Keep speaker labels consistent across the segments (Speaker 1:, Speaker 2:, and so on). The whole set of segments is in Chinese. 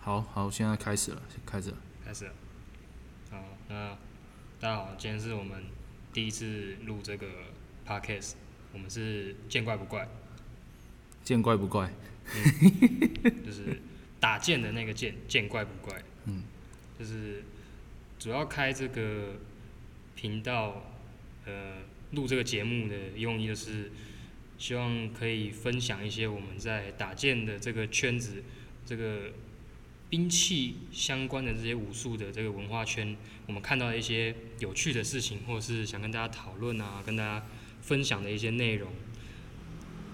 Speaker 1: 好好，现在开始了，开始了。
Speaker 2: 开始了。好，那大家好，今天是我们第一次录这个 podcast，我们是见怪不怪，
Speaker 1: 见怪不怪，
Speaker 2: 就是打剑的那个剑，见怪不怪。
Speaker 1: 嗯，
Speaker 2: 就是主要开这个频道，呃，录这个节目的用意就是希望可以分享一些我们在打剑的这个圈子，这个兵器相关的这些武术的这个文化圈，我们看到的一些有趣的事情，或是想跟大家讨论啊，跟大家分享的一些内容，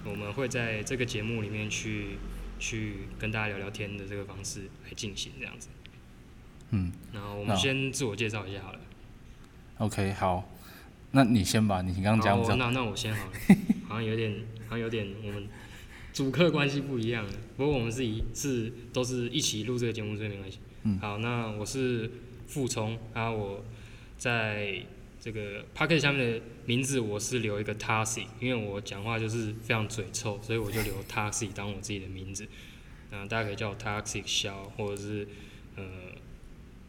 Speaker 2: 我们会在这个节目里面去去跟大家聊聊天的这个方式来进行这样子。
Speaker 1: 嗯
Speaker 2: 然后我
Speaker 1: 那
Speaker 2: 们先自我介绍一下好了。
Speaker 1: ，OK，好，那你先吧，你刚刚
Speaker 2: 好
Speaker 1: 讲
Speaker 2: 我
Speaker 1: 讲，
Speaker 2: 哦那那我先好了，好像有点， 好像有点我们主客关系不一样了。不过我们是一是都是一起录这个节目，所以没关系。
Speaker 1: 嗯
Speaker 2: 好，那我是傅聪，啊，我在这个 p a c k e t 下面的名字我是留一个 Tasi，因为我讲话就是非常嘴臭，所以我就留 Tasi 当我自己的名字。那大家可以叫我 Toxic 肖，或者是呃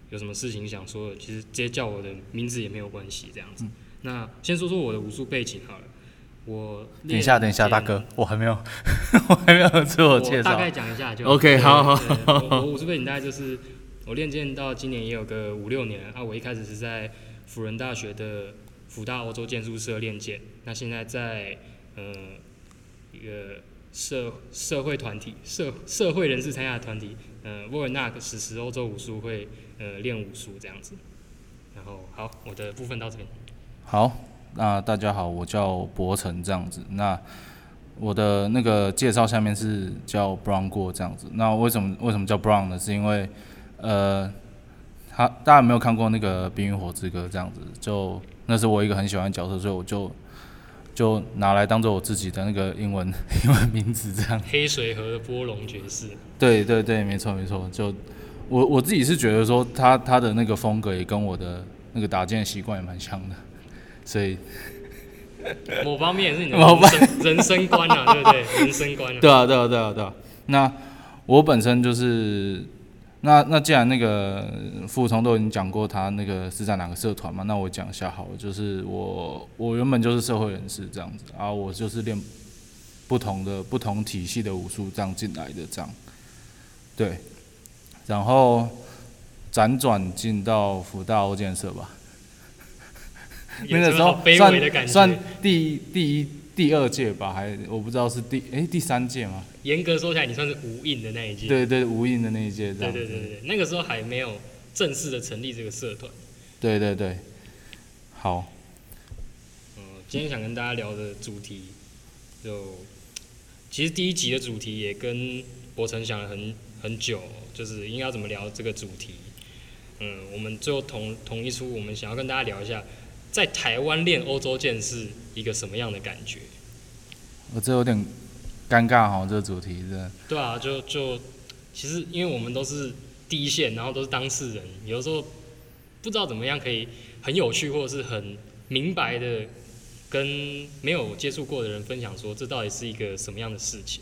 Speaker 2: 有什么事情想说的，其实直接叫我的名字也没有关系，这样子。
Speaker 1: 嗯
Speaker 2: 那先说说我的武术背景好了。我
Speaker 1: 等一下，
Speaker 2: 练
Speaker 1: 等一下，大
Speaker 2: 剑
Speaker 1: 哥，我还没有， 我还没有自我哦介
Speaker 2: 大
Speaker 1: 绍。
Speaker 2: 概讲一下就
Speaker 1: OK，
Speaker 2: 对
Speaker 1: 好好
Speaker 2: 对我我武术背景大概就是我练剑到今年也有个五六年了啊。我一开始是在辅仁大学的辅大欧洲剑术社练剑，那现在在呃一个社社会团体社社会人士参加的团体，呃，沃尔纳克史实欧洲武术会呃练武术这样子。然后好，我的部分到这边。
Speaker 1: 好，那大家好，我叫博成这样子。那我的那个介绍下面是叫 Brown 过这样子。那为什么为什么叫 Brown 呢？是因为呃，他大家有没有看过那个《冰与火之歌》这样子？就那是我一个很喜欢的角色，所以我就就拿来当做我自己的那个英文 英文名字这样。
Speaker 2: 黑水河的波龙爵士，
Speaker 1: 对对对，没错没错。就我我自己是觉得说他他的那个风格也跟我的那个打剑习惯也蛮像的，所以
Speaker 2: 某方面也是你的
Speaker 1: 某
Speaker 2: 人生人生观啊，对不对？人生观啊。
Speaker 1: 对啊，对啊，对啊，对啊。那我本身就是，那那既然那个呃傅聪都已经讲过他那个是在哪个社团嘛，那我讲一下好了，就是我我原本就是社会人士这样子啊，我就是练不同的不同体系的武术这样进来的这样，对，然后辗转进到福大欧建设吧，那个时候
Speaker 2: 有这么好卑微的感
Speaker 1: 算算
Speaker 2: 觉。
Speaker 1: 第第一第二届吧，还我不知道是第哎、第三届吗？
Speaker 2: 严格说起来，你算是无印的那一届。
Speaker 1: 对对，无印的那一届这
Speaker 2: 对
Speaker 1: 样。
Speaker 2: 对对对，那个时候还没有正式的成立这个社团。
Speaker 1: 对对对好，
Speaker 2: 嗯，今天想跟大家聊的主题，就其实第一集的主题也跟博成想了很很久，就是应该要怎么聊这个主题。嗯，我们最后统统一出，我们想要跟大家聊一下，在台湾练欧洲剑是一个什么样的感觉。
Speaker 1: 我这有点尴尬哈，这个主题真的。
Speaker 2: 对啊，就就其实因为我们都是第一线，然后都是当事人，有的时候不知道怎么样可以很有趣或者是很明白的跟没有接触过的人分享说这到底是一个什么样的事情。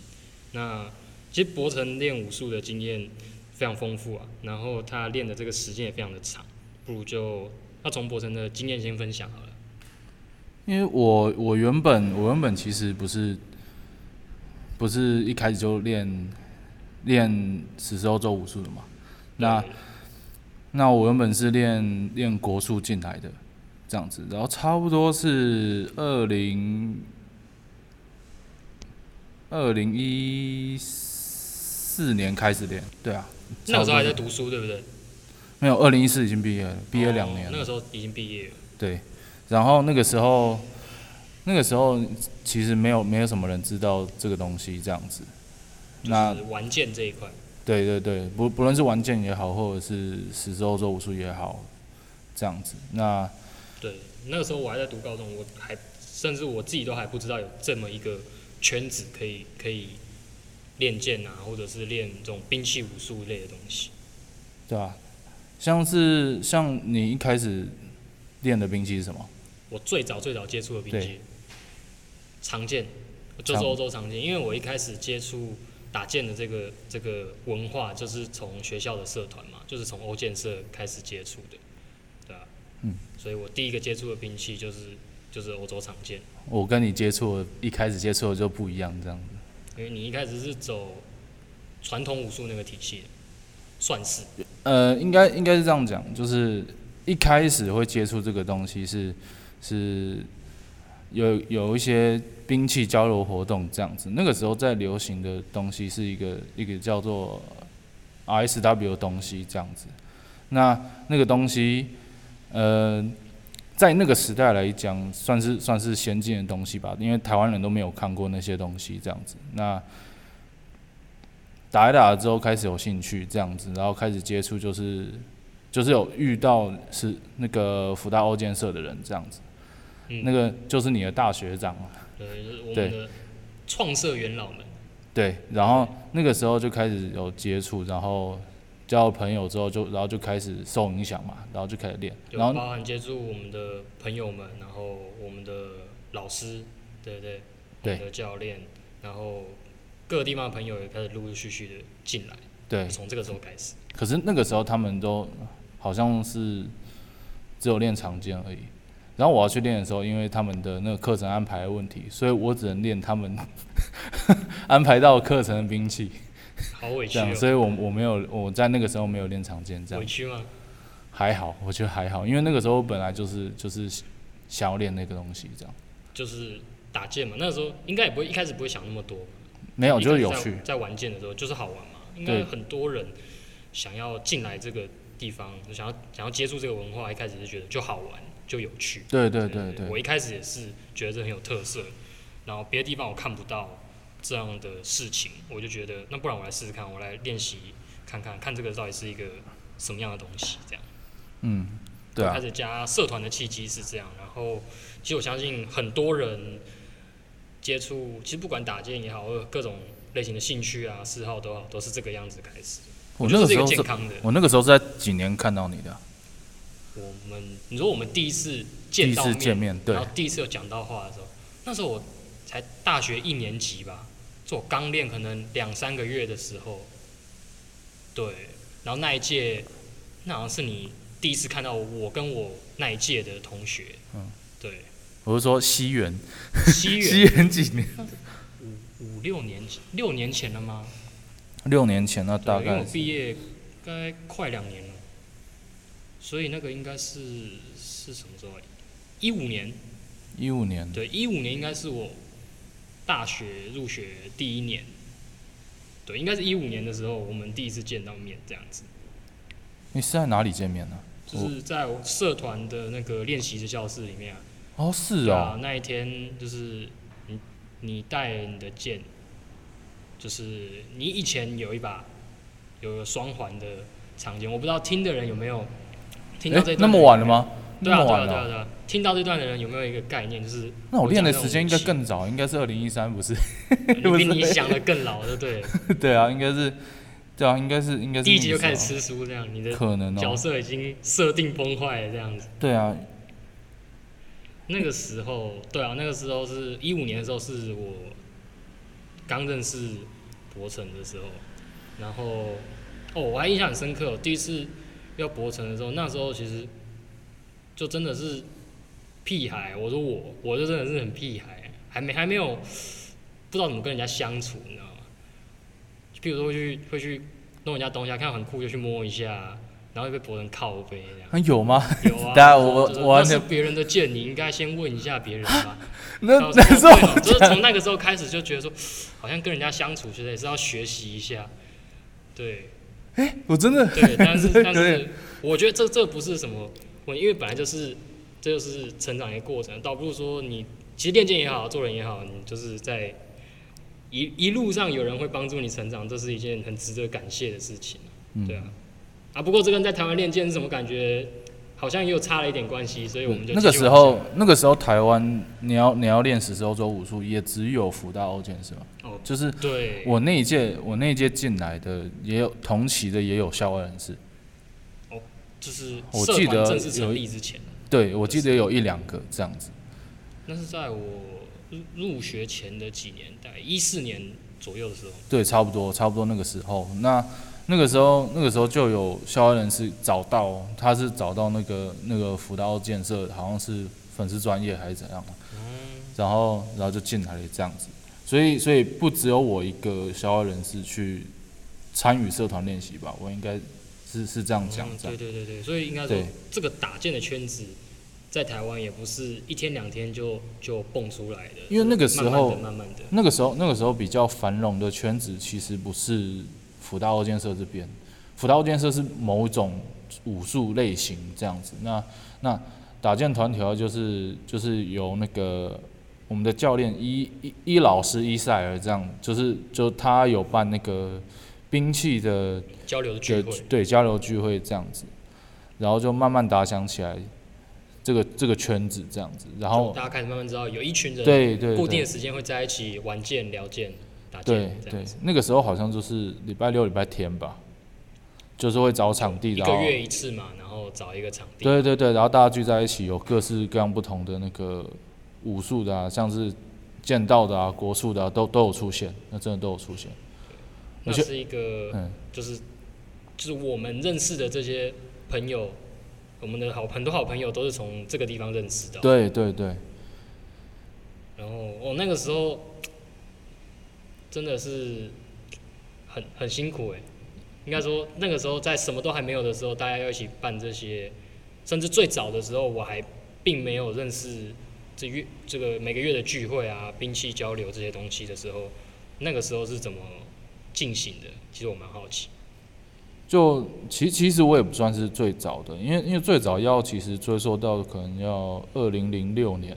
Speaker 2: 那其实博成练武术的经验非常丰富啊，然后他练的这个时间也非常的长，不如就要从博成的经验先分享好了。
Speaker 1: 因为我我原本我原本其实不是不是一开始就练练十周周武术的嘛，那
Speaker 2: 对
Speaker 1: 那我原本是练练国术进来的，这样子，然后差不多是二零二零一四年开始练，对啊，
Speaker 2: 那个时候还在
Speaker 1: 差不多
Speaker 2: 读书对不对？
Speaker 1: 没有，二零一四已经毕业了，毕业两年了。
Speaker 2: 哦那个时候已经毕业了。
Speaker 1: 对，然后那个时候，那个时候其实没有没有什么人知道这个东西这样子。那
Speaker 2: 就是玩剑这一块，
Speaker 1: 对对对，不不论是玩剑也好，或者是十字欧洲武术也好，这样子。那
Speaker 2: 对，那个时候我还在读高中，我还甚至我自己都还不知道有这么一个圈子可以可以练剑啊，或者是练这种兵器武术类的东西。
Speaker 1: 对吧、啊像是像你一开始练的兵器是什么？
Speaker 2: 我最早最早接触的兵器
Speaker 1: 对，
Speaker 2: 长剑，就是
Speaker 1: 长
Speaker 2: 欧洲长剑，因为我一开始接触打剑的这个这个文化，就是从学校的社团嘛，就是从欧建社开始接触的，对啊，
Speaker 1: 嗯，
Speaker 2: 所以我第一个接触的兵器就是就是欧洲长剑，
Speaker 1: 我跟你接触，一开始接触的就不一样，这样子。
Speaker 2: 因为你一开始是走传统武术那个体系的，算是
Speaker 1: 呃，应该应该是这样讲，就是一开始会接触这个东西是是有有一些兵器交流活动这样子。那个时候在流行的东西是一个一个叫做 RSW 的东西这样子。那那个东西，呃，在那个时代来讲，算是算是先进的东西吧，因为台湾人都没有看过那些东西这样子。那打一打之后开始有兴趣这样子，然后开始接触就是就是有遇到是那个福大欧建社的人这样子，
Speaker 2: 嗯
Speaker 1: 那个就是你的大学长嘛，
Speaker 2: 对，就是我
Speaker 1: 对
Speaker 2: 们的创社元老们，
Speaker 1: 对，然后那个时候就开始有接触，然后交朋友之后就然后就开始受影响嘛，然后就开始练，
Speaker 2: 有
Speaker 1: 然后
Speaker 2: 包含接触我们的朋友们，然后我们的老师，对不对？
Speaker 1: 对
Speaker 2: 我们的教练，然后各地方的朋友也开始陆陆续续的进来，
Speaker 1: 对，
Speaker 2: 从这个时候开始。
Speaker 1: 可是那个时候他们都好像是只有练长剑而已。然后我要去练的时候，因为他们的那个课程安排的问题，所以我只能练他们 安排到课程的兵器，
Speaker 2: 好委屈
Speaker 1: 这样，
Speaker 2: 哦、
Speaker 1: 所以我我没有我在那个时候没有练长剑，这
Speaker 2: 委
Speaker 1: 样
Speaker 2: 屈吗？
Speaker 1: 还好，我觉得还好，因为那个时候我本来就是就是想要练那个东西，这样
Speaker 2: 就是打剑嘛，那时候应该也不会一开始不会想那么多，
Speaker 1: 没有就是有
Speaker 2: 一开始在
Speaker 1: 趣，
Speaker 2: 在玩剑的时候就是好玩嘛，应
Speaker 1: 对
Speaker 2: 该很多人想要进来这个地方，想要想要接触这个文化，一开始就觉得就好玩就有趣。
Speaker 1: 对对对对
Speaker 2: 我一开始也是觉得这很有特色，然后别的地方我看不到这样的事情，我就觉得那不然我来试试看，我来练习看看，看这个到底是一个什么样的东西，这样。
Speaker 1: 嗯，对啊
Speaker 2: 开，始加社团的契机是这样，然后其实我相信很多人接触，其实不管打剑也好，或者各种类型的兴趣啊、嗜好都好，都是这个样子开始。
Speaker 1: 我
Speaker 2: 觉
Speaker 1: 那个
Speaker 2: 得这
Speaker 1: 时
Speaker 2: 个
Speaker 1: 候
Speaker 2: 健
Speaker 1: 是，
Speaker 2: 康的。
Speaker 1: 我那个时候是在几年看到你的啊，
Speaker 2: 我们你说我们第一次
Speaker 1: 第
Speaker 2: 见
Speaker 1: 一
Speaker 2: 到
Speaker 1: 次见面，对
Speaker 2: 然后第一次有讲到话的时候，那时候我才大学一年级吧，是我刚练可能两三个月的时候，对，然后那一届，那好像是你第一次看到我跟我那一届的同学，
Speaker 1: 嗯，
Speaker 2: 对，
Speaker 1: 我是说西元
Speaker 2: 西
Speaker 1: 西
Speaker 2: 元
Speaker 1: 元几年？
Speaker 2: 五六年前六年前了吗？
Speaker 1: 六年前那
Speaker 2: 对，
Speaker 1: 大
Speaker 2: 因为
Speaker 1: 概
Speaker 2: 我
Speaker 1: 是
Speaker 2: 毕业该快两年了，所以那个应该是是什么时候啊？一五年，
Speaker 1: 一五年，
Speaker 2: 对，一五年应该是我大学入学第一年，对，应该是一五年的时候，我们第一次见到面这样子，
Speaker 1: 你是在哪里见面呢、
Speaker 2: 就是在我社团的那个练习的教室里面啊，
Speaker 1: 哦，是
Speaker 2: 对
Speaker 1: 哦
Speaker 2: 啊，，那一天就是你你带你的剑，就是你以前有一把有双环的长剑，我不知道听的人有没有听到
Speaker 1: 诶
Speaker 2: 这段、
Speaker 1: 那么晚了？吗？
Speaker 2: 对
Speaker 1: 那
Speaker 2: 啊，
Speaker 1: 么
Speaker 2: 对
Speaker 1: 晚
Speaker 2: 啊，对啊，
Speaker 1: 了。
Speaker 2: 对啊，听到这段的人有没有一个概念？就是
Speaker 1: 那我练的
Speaker 2: 我讲
Speaker 1: 时间应该
Speaker 2: 那种武器
Speaker 1: 更早，应该是二零一三，不是？
Speaker 2: 你比你想的更老，对不对了？
Speaker 1: 对啊，应该是，对啊，应该是应该是
Speaker 2: 第一集就
Speaker 1: 那
Speaker 2: 开
Speaker 1: 个
Speaker 2: 始
Speaker 1: 时
Speaker 2: 吃书，这样你
Speaker 1: 候，
Speaker 2: 的
Speaker 1: 可能
Speaker 2: 角
Speaker 1: 哦，
Speaker 2: 色已经设定崩坏了，这样子。
Speaker 1: 对啊，
Speaker 2: 那个时候，对啊，那个时候是一五年的时候，是我刚认识博成的时候，然后哦，我还印象很深刻、哦，第一次要博成的时候，那时候其实就真的是屁孩，我说我，我就真的是很屁孩，还没还 没有不知道怎么跟人家相处，你知道吗？比如说会去会去弄人家东西啊，看到很酷就去摸一下，然后就被博成靠背这样。
Speaker 1: 啊有吗？
Speaker 2: 有啊，
Speaker 1: 当然我
Speaker 2: 就是
Speaker 1: 我
Speaker 2: 那
Speaker 1: 完
Speaker 2: 是
Speaker 1: 全
Speaker 2: 别人的剑，你应该先问一下别人吧。
Speaker 1: 那
Speaker 2: 到
Speaker 1: 那
Speaker 2: 时
Speaker 1: 时
Speaker 2: 候对哦
Speaker 1: 候
Speaker 2: 就是从那个时候开始就觉得说，好像跟人家相处其实也是要学习一下。对
Speaker 1: 我真的
Speaker 2: 对，但是
Speaker 1: 这
Speaker 2: 但
Speaker 1: 有点
Speaker 2: 是，我觉得这这不是什么问题，因为本来就是这就是成长一个过程，倒不如说你其实练剑也好，做人也好，你就是在一一路上有人会帮助你成长，这是一件很值得感谢的事情。对啊
Speaker 1: 嗯，，
Speaker 2: 啊，不过这跟在台湾练剑是什么感觉，好像也有差了一点关系，所以我们就
Speaker 1: 那个
Speaker 2: 继续
Speaker 1: 时
Speaker 2: 往
Speaker 1: 候那个时候台湾你要你要练十字欧洲武术，也只有福大欧健是吧？
Speaker 2: 下哦，
Speaker 1: 就是
Speaker 2: 对，
Speaker 1: 我那一届我那一届进来的也有同期的也有校外人士，
Speaker 2: 就是
Speaker 1: 我
Speaker 2: 社
Speaker 1: 记
Speaker 2: 团
Speaker 1: 得
Speaker 2: 正式成
Speaker 1: 有
Speaker 2: 立之前，
Speaker 1: 对我记得有一两个这样子。
Speaker 2: 那是在我入入学前的几年，大概一四年左右的时候，
Speaker 1: 对，差不多，差不多那个时候。那那个时候，那个时候就有校外人士找到，他是找到那个那个辅导建设，好像是粉丝专业还是怎样的，然后然后就进来了这样子。所以所以不只有我一个校外人士去参与社团练习吧，我应该是是这样讲
Speaker 2: 嗯
Speaker 1: 这
Speaker 2: 对
Speaker 1: 样。
Speaker 2: 对对对，所以应该说
Speaker 1: 对
Speaker 2: 这个打剑的圈子在台湾也不是一天两天就就蹦出来的，
Speaker 1: 因为那个时候
Speaker 2: 慢慢的慢慢的，
Speaker 1: 那个时候那个时候比较繁荣的圈子其实不是辅大二建设这边，辅大二建设是某种武术类型这样子。那那打剑团体的话就是就是由那个我们的教练伊伊伊老师伊塞尔这样，就是就他有办那个兵器的
Speaker 2: 交流的聚
Speaker 1: 就
Speaker 2: 会，
Speaker 1: 对交流聚会这样子，然后就慢慢打响起来这个这个圈子这样子，然
Speaker 2: 就
Speaker 1: 后
Speaker 2: 大家开始慢慢知道有一群人
Speaker 1: 对对
Speaker 2: 固
Speaker 1: 对
Speaker 2: 定的时间会在一起玩剑、聊剑、打
Speaker 1: 对
Speaker 2: 剑这
Speaker 1: 对
Speaker 2: 样子，，
Speaker 1: 那个时候好像就是礼拜六、礼拜天吧，就是会找场地，
Speaker 2: 一
Speaker 1: 然
Speaker 2: 个
Speaker 1: 后
Speaker 2: 月一次嘛，然后找一个场地，
Speaker 1: 对对对，然后大家聚在一起，有各式各样不同的那个武术的啊，像是剑道的啊、国术的啊，都都有出现，那真的都有出现。
Speaker 2: 那
Speaker 1: 而且
Speaker 2: 是一个
Speaker 1: 嗯，
Speaker 2: 就是就是我们认识的这些朋友，我们的好很多好朋友都是从这个地方认识的哦。
Speaker 1: 对对对，
Speaker 2: 然后我、哦、那个时候真的是很很辛苦哎，应该说那个时候在什么都还没有的时候，大家要一起办这些，甚至最早的时候我还并没有认识这月这个每个月的聚会啊、兵器交流这些东西的时候，那个时候是怎么进行的？其实我蛮好奇。
Speaker 1: 就其其实我也不算是最早的，因为因为最早要其实追溯到可能要二零零六年，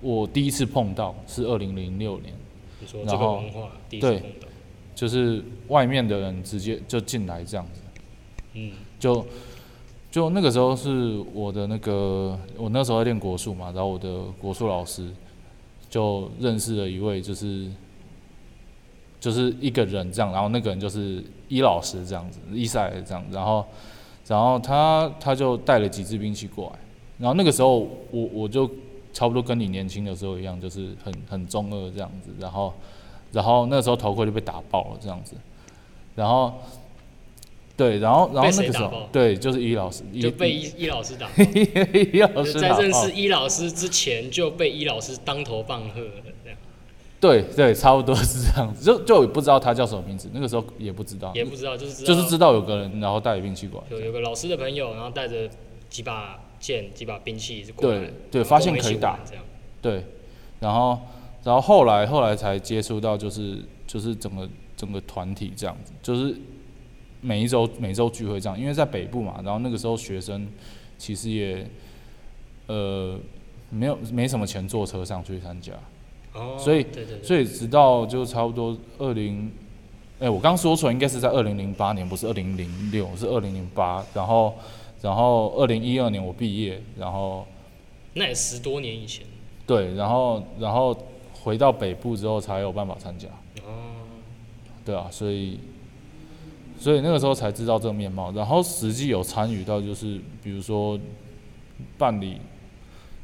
Speaker 1: 我第一次碰到是二零零六年。
Speaker 2: 你说
Speaker 1: 然
Speaker 2: 这个
Speaker 1: 后
Speaker 2: 文化第一次
Speaker 1: 对
Speaker 2: 碰到，
Speaker 1: 就是外面的人直接就进来这样子，
Speaker 2: 嗯，
Speaker 1: 就就那个时候是我的那个，我那时候在练国术嘛，然后我的国术老师就认识了一位，就是就是一个人这样，然后那个人就是伊老师这样子，伊塞尔这样，然后然后他他就带了几支兵器过来，然后那个时候我我就差不多跟你年轻的时候一样，就是很很中二这样子，然后然后那时候头盔就被打爆了这样子，然后。对，然后然后
Speaker 2: 被
Speaker 1: 那
Speaker 2: 谁
Speaker 1: 个时
Speaker 2: 打
Speaker 1: 候
Speaker 2: 爆，
Speaker 1: 对，就是伊老师，伊
Speaker 2: 就被伊伊老师打
Speaker 1: 伊 老师哦
Speaker 2: 在
Speaker 1: 打
Speaker 2: 认
Speaker 1: 爆
Speaker 2: 识伊老师之前就被伊老师当头棒喝了，这样
Speaker 1: 对对，差不多是这样子，就就也不知道他叫什么名字，那个时候也不知道，
Speaker 2: 也不知道，就是知道
Speaker 1: 啊就是知道有个人然后带了兵器过来，
Speaker 2: 有有个老师的朋友，然后带着几把剑、几把兵器就过来，
Speaker 1: 对
Speaker 2: 然
Speaker 1: 对，
Speaker 2: 后
Speaker 1: 发
Speaker 2: 跟
Speaker 1: 现
Speaker 2: 我一
Speaker 1: 可以
Speaker 2: 起
Speaker 1: 打
Speaker 2: 玩，这样
Speaker 1: 对，然后然后后来后来才接触到就是就是整个整个团体这样子，就是每一周每周聚会这样，因为在北部嘛，然后那个时候学生其实也呃没有没什么钱坐车上去参加，
Speaker 2: 哦，
Speaker 1: 所以
Speaker 2: 对对对，
Speaker 1: 所以直到就差不多二零，哎，我刚说错，应该是在二零零八年，不是二零零六，是二零零八。然后，然后二零一二年我毕业，然后
Speaker 2: 那也十多年以前
Speaker 1: 对，然后然后回到北部之后才有办法参加，
Speaker 2: 哦，
Speaker 1: 对啊，所以所以那个时候才知道这个面貌，然后实际有参与到就是比如说办理，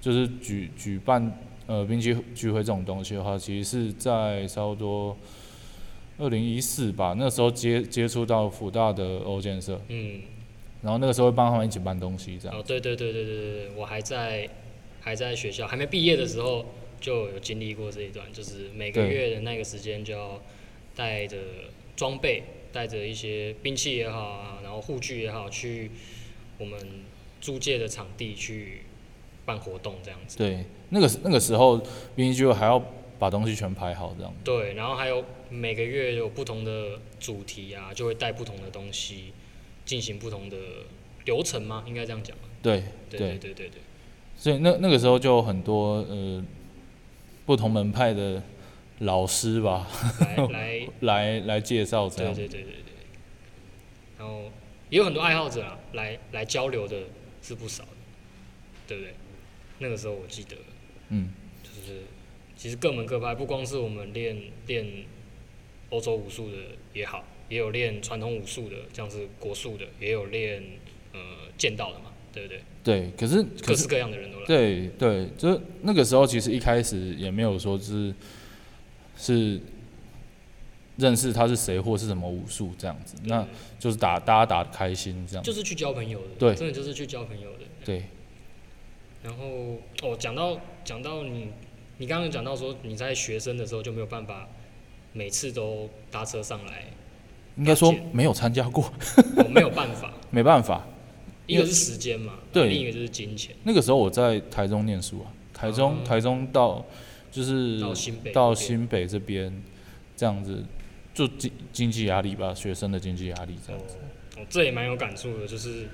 Speaker 1: 就是举举办呃兵器聚会这种东西的话，其实是在差不多二零一四吧，那时候接接触到辅大的欧建设，
Speaker 2: 嗯，
Speaker 1: 然后那个时候会帮他们一起搬东西这样，
Speaker 2: 哦，对对对对对对对，我还在还在学校还没毕业的时候就有经历过这一段，就是每个
Speaker 1: 对
Speaker 2: 月的那个时间就要带着装备，带着一些兵器也好啊，然后护具也好，去我们租借的场地去办活动这样子。
Speaker 1: 对，那个那个时候兵器聚会还要把东西全排好这样，
Speaker 2: 对，然后还有每个月有不同的主题啊，就会带不同的东西，进行不同的流程吗？应该这样讲吧。
Speaker 1: 对
Speaker 2: 对对对对对，
Speaker 1: 所以那那个时候就有很多呃不同门派的老师吧，
Speaker 2: 来来，
Speaker 1: 来来介绍这
Speaker 2: 对
Speaker 1: 样。
Speaker 2: 对对对对。然后也有很多爱好者啊，来来交流的是不少的，对不对？那个时候我记得，
Speaker 1: 嗯，
Speaker 2: 就是其实各门各派，不光是我们练练欧洲武术的也好，也有练传统武术的，像是国术的，也有练呃剑道的嘛，对不对？
Speaker 1: 对。可是
Speaker 2: 各
Speaker 1: 可是
Speaker 2: 式各样的人都来。
Speaker 1: 对对，就是那个时候其实一开始也没有说就是是认识他是谁或是什么武术这样子，那就是打大家打得开心这样。
Speaker 2: 就是去交朋友的，
Speaker 1: 对
Speaker 2: 真的就是去交朋友的。
Speaker 1: 对，
Speaker 2: 然后哦，讲到讲到你，你刚刚有讲到说你在学生的时候就没有办法每次都搭车上来，
Speaker 1: 应该说没有参加过，
Speaker 2: 我、没有 办法，
Speaker 1: 没办法。
Speaker 2: 一个是时间嘛，
Speaker 1: 对
Speaker 2: 另一个就是金钱。
Speaker 1: 那个时候我在台中念书啊，台中、
Speaker 2: 哦
Speaker 1: 台中到就是
Speaker 2: 到新北
Speaker 1: 到
Speaker 2: 那边
Speaker 1: 新北这边这样子，就经经济压力吧，学生的经济压力这
Speaker 2: 哦
Speaker 1: 样子。，
Speaker 2: 哦这也蛮有感触的，就是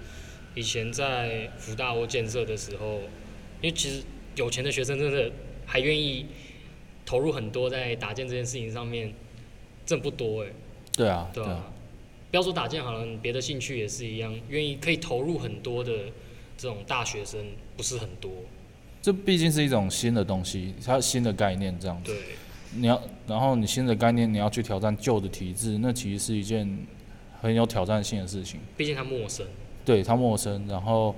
Speaker 2: 以前在福大欧建设的时候，因为其实有钱的学生真的还愿意投入很多在打建这件事情上面，真的不多哎、
Speaker 1: 对啊，
Speaker 2: 对
Speaker 1: 对啊，
Speaker 2: 啊，不要说打剑好了，你别的兴趣也是一样，愿意可以投入很多的这种大学生不是很多，
Speaker 1: 这毕竟是一种新的东西，它新的概念这样子。
Speaker 2: 对，
Speaker 1: 你要，然后你新的概念，你要去挑战旧的体制，那其实是一件很有挑战性的事情。
Speaker 2: 毕竟他陌生，
Speaker 1: 对他陌生，然后，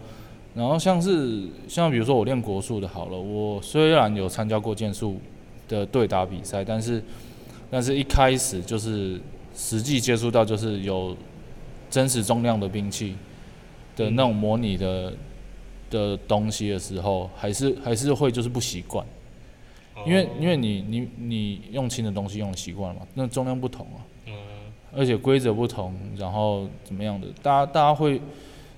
Speaker 1: 然后像是像比如说我练国术的，好了，我虽然有参加过剑术的对打比赛，但是但是一开始就是实际接触到就是有真实重量的兵器的那种模拟的的东西的时候，还是还是会就是不习惯，因为
Speaker 2: 哦
Speaker 1: 因为你你你用轻的东西用的习惯了嘛，那重量不同啊。
Speaker 2: 嗯，
Speaker 1: 而且规则不同，然后怎么样的，大家大家会，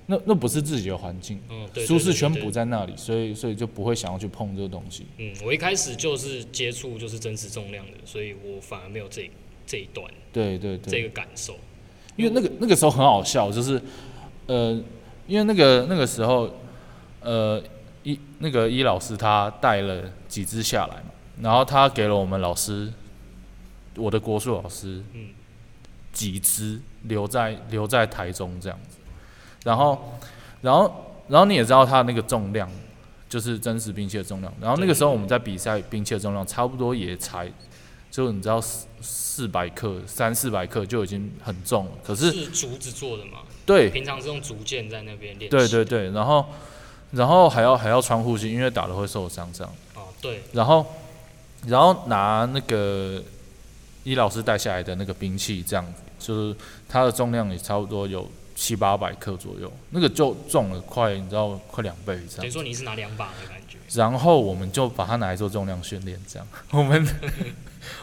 Speaker 1: 那那不是自己的环境，
Speaker 2: 嗯对
Speaker 1: 舒适圈
Speaker 2: 对对
Speaker 1: 不在那里，所以所以就不会想要去碰这个东西。
Speaker 2: 嗯，我一开始就是接触就是真实重量的，所以我反而没有这这一段
Speaker 1: 对对
Speaker 2: 这
Speaker 1: 对，
Speaker 2: 个感受，
Speaker 1: 因为那个那个时候很好笑，就是，呃，因为那个那个时候，呃，一那个一老师他带了几只下来嘛，然后他给了我们老师，我的国术老师
Speaker 2: 嗯，
Speaker 1: 几只留在留在台中这样子，然后，然后，然后你也知道它那个重量，就是真实兵器的重量。然后那个时候我们在比赛兵器的重量，差不多也才，就你知道四四百克、三四百克就已经很重了。可是
Speaker 2: 是竹子做的嘛，
Speaker 1: 对
Speaker 2: 平常是用竹剑在那边练习，
Speaker 1: 对对对，然后然后还要还要穿护膝，因为打了会受伤这样。
Speaker 2: 哦对，
Speaker 1: 然后，然后拿那个伊老师带下来的那个兵器，这样子，就是它的重量也差不多有七八百克左右，那个就重了快，你知道快两倍这
Speaker 2: 等于
Speaker 1: 样。
Speaker 2: 说你是拿两把的感觉，
Speaker 1: 然后我们就把它拿来做重量训练，这样。 我们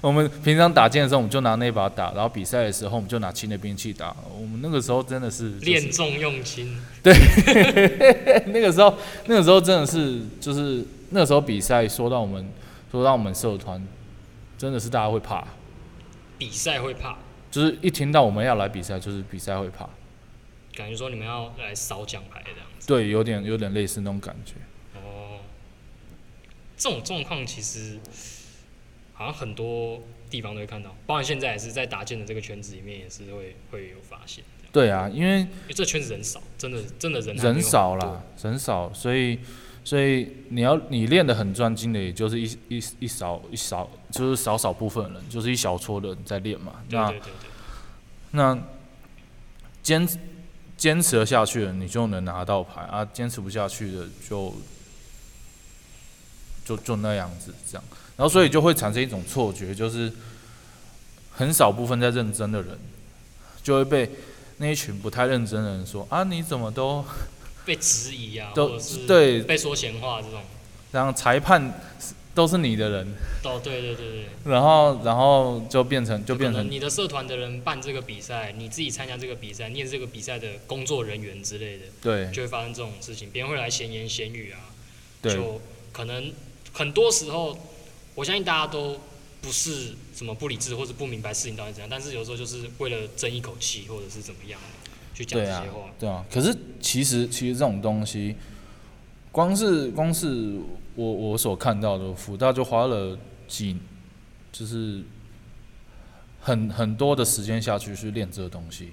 Speaker 1: 我们平常打剑的时候，我们就拿那把打，然后比赛的时候，我们就拿轻的兵器打。我们那个时候真的是、就是
Speaker 2: 练重用轻，
Speaker 1: 那个时候，那个时候真的是，就是那个时候比赛，说到我们，说到我们社团，真的是大家会怕，
Speaker 2: 比赛会怕，
Speaker 1: 就是一听到我们要来比赛，就是比赛会怕，
Speaker 2: 感觉说你们要来扫奖牌这样子，
Speaker 1: 对，有点有点类似那种感觉。
Speaker 2: 哦，这种状况其实好像很多地方都会看到，包含现在也是在打剑的这个圈子里面也是会会有发现这样，
Speaker 1: 对啊，因为
Speaker 2: 因为这圈子人少，真的真的人还没有
Speaker 1: 人少
Speaker 2: 很多
Speaker 1: 啦，人少，所以所以你要你练得很专精的，也就是一一一少一少，就是少少部分人，就是一小撮人在练嘛。
Speaker 2: 对
Speaker 1: 那
Speaker 2: 对对对，
Speaker 1: 那坚坚持得下去的，你就能拿到牌啊；坚持不下去的就，就就那样子这样。然后所以就会产生一种错觉，就是很少部分在认真的人，就会被那一群不太认真的人说啊，你怎么都
Speaker 2: 被质疑啊，
Speaker 1: 都
Speaker 2: 或者是
Speaker 1: 对
Speaker 2: 被说闲话这种，
Speaker 1: 然后裁判都是你的人，
Speaker 2: 哦，对对对对，
Speaker 1: 然后然后就变成就
Speaker 2: 可
Speaker 1: 变
Speaker 2: 能
Speaker 1: 成
Speaker 2: 你的社团的人办这个比赛，你自己参加这个比赛，你也是这个比赛的工作人员之类的，
Speaker 1: 对
Speaker 2: 就会发生这种事情，别人会来闲言闲语啊，
Speaker 1: 对
Speaker 2: 就可能很多时候，我相信大家都不是什么不理智或者不明白事情到底怎样，但是有时候就是为了争一口气或者是怎么样的去讲这
Speaker 1: 对啊
Speaker 2: 些话，，
Speaker 1: 对啊。可是其实其实这种东西，光是光是我我所看到的，福大就花了几，就是很很多的时间下去去练这个东西。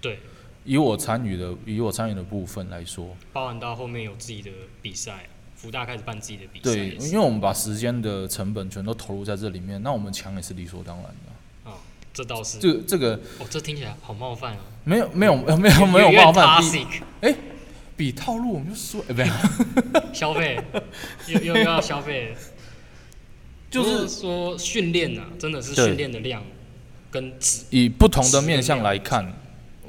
Speaker 2: 对，
Speaker 1: 以我参与的以我参与的部分来说，
Speaker 2: 包含到后面有自己的比赛，福大开始办自己的比赛
Speaker 1: 对，
Speaker 2: 也是，
Speaker 1: 因为我们把时间的成本全都投入在这里面，那我们强也是理所当然的啊。
Speaker 2: 啊，这倒是，
Speaker 1: 这这个
Speaker 2: 哦，这听起来好 冒犯哦，
Speaker 1: 没有没有没有没有
Speaker 2: 越
Speaker 1: 冒犯，比
Speaker 2: classic
Speaker 1: 比套路我们就说，哎，不是，
Speaker 2: 消费，又又又要消费了，
Speaker 1: 就是
Speaker 2: 说训练啊，真的是
Speaker 1: 对
Speaker 2: 训练的量跟职
Speaker 1: 以不同的面向来看，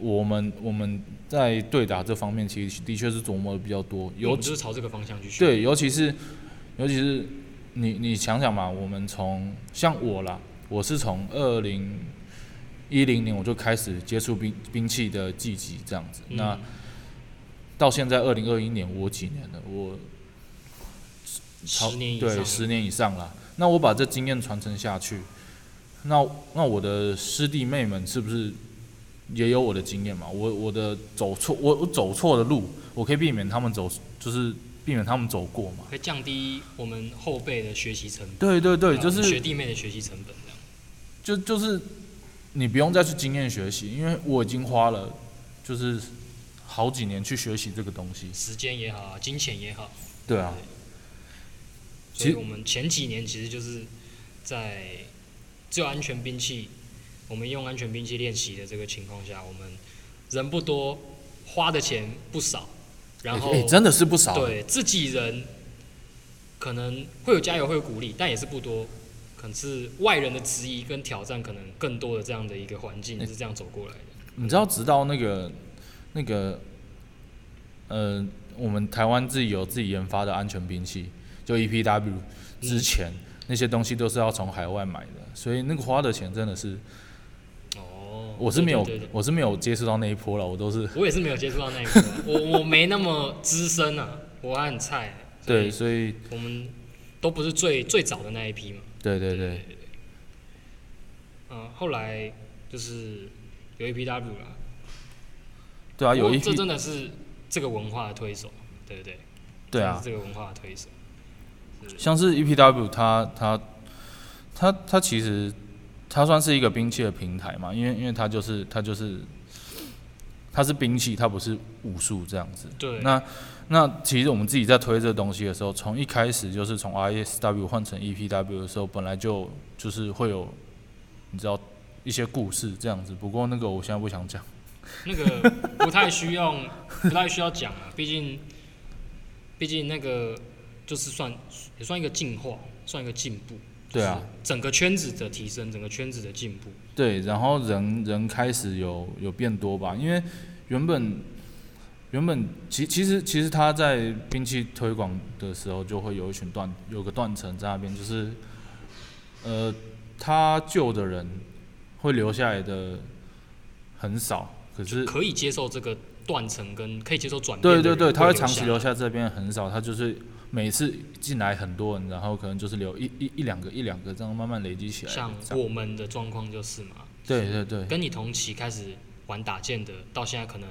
Speaker 1: 我们我们在对打这方面，其实的确是琢磨的比较多，
Speaker 2: 我
Speaker 1: 尤
Speaker 2: 们
Speaker 1: 其
Speaker 2: 就是朝这个方向去学。
Speaker 1: 对，尤其是尤其是你你想想嘛，我们从像我啦，我是从二零一零年我就开始接触兵兵器的技击这样子，
Speaker 2: 嗯，
Speaker 1: 那到现在二零二一年我几年了，我超
Speaker 2: 十年以上
Speaker 1: 对
Speaker 2: 了，
Speaker 1: 十年以上了。那我把这经验传承下去，那那我的师弟妹们是不是也有我的经验嘛？我我的走错我我走错的路，我可以避免他们走，就是避免他们走过嘛。
Speaker 2: 会降低我们后辈的学习成本。
Speaker 1: 对对对，
Speaker 2: 啊
Speaker 1: 就
Speaker 2: 我们学
Speaker 1: 是
Speaker 2: 弟妹的学习成本这样。
Speaker 1: 就就是你不用再去经验学习，因为我已经花了就是好几年去学习这个东西。
Speaker 2: 时间也好啊，金钱也好，
Speaker 1: 对啊，
Speaker 2: 所以
Speaker 1: 其
Speaker 2: 我们前几年其实就是在只有安全兵器，我们用安全兵器练习的这个情况下，我们人不多，花的钱不少，然后、
Speaker 1: 诶真的啊是不少。
Speaker 2: 对自己人可能会有加油，会有鼓励，但也是不多。可能是外人的质疑跟挑战，可能更多的这样的一个环境是这样走过来的。
Speaker 1: 你知道，直到那个那个，呃，我们台湾自己有自己研发的安全兵器，就 EPW
Speaker 2: 嗯
Speaker 1: 之前、那些东西都是要从海外买的，所以那个花的钱真的是，
Speaker 2: 哦，
Speaker 1: 我是没有
Speaker 2: 对对对对
Speaker 1: 我是没有接触到那一波了，我都是
Speaker 2: 我也是没有接触到那一个，我我没那么资深啊，我还很菜。所以
Speaker 1: 对，所以
Speaker 2: 我们都不是最最早的那一批嘛。
Speaker 1: 对对对，
Speaker 2: 对对。嗯、后来就是有 APW 啦，
Speaker 1: 对啊，
Speaker 2: 不
Speaker 1: 有
Speaker 2: 过
Speaker 1: 一
Speaker 2: 这
Speaker 1: 批
Speaker 2: 真的是这个文化的推手，对不对？
Speaker 1: 对啊
Speaker 2: 真的，是这个文化的推手。
Speaker 1: 像是 EPW，它它它它其实它算是一个兵器的平台嘛，因为因为它就是它就是它是兵器，它不是武术这样子。
Speaker 2: 对
Speaker 1: 那那其实我们自己在推这东西的时候，从一开始就是从 ISW 换成 EPW 的时候，本来就就是会有你知道一些故事这样子。不过那个我现在不想讲。
Speaker 2: 那个不太需要， 不太需要讲啊，毕竟，毕竟那个就是算也算一个进化，算一个进步。
Speaker 1: 对啊，
Speaker 2: 整个圈子的提升，整个圈子的进步。
Speaker 1: 对，然后人人开始有有变多吧，因为原本原本其其实其实他在兵器推广的时候，就会有一群断有个断层在那边，就是呃，他救的人会留下来的很少，可是
Speaker 2: 可以接受这个断层跟可以接受转变的
Speaker 1: 对
Speaker 2: 人。
Speaker 1: 对对，他
Speaker 2: 会
Speaker 1: 会长期留下
Speaker 2: 下。
Speaker 1: 这边很少，他就是每次进来很多人，然后可能就是留一一一两个一两个这样慢慢累积起来，
Speaker 2: 像
Speaker 1: 这样
Speaker 2: 我们的状况就是嘛，
Speaker 1: 对对对
Speaker 2: 跟你同期开始玩打剑的，到现在可能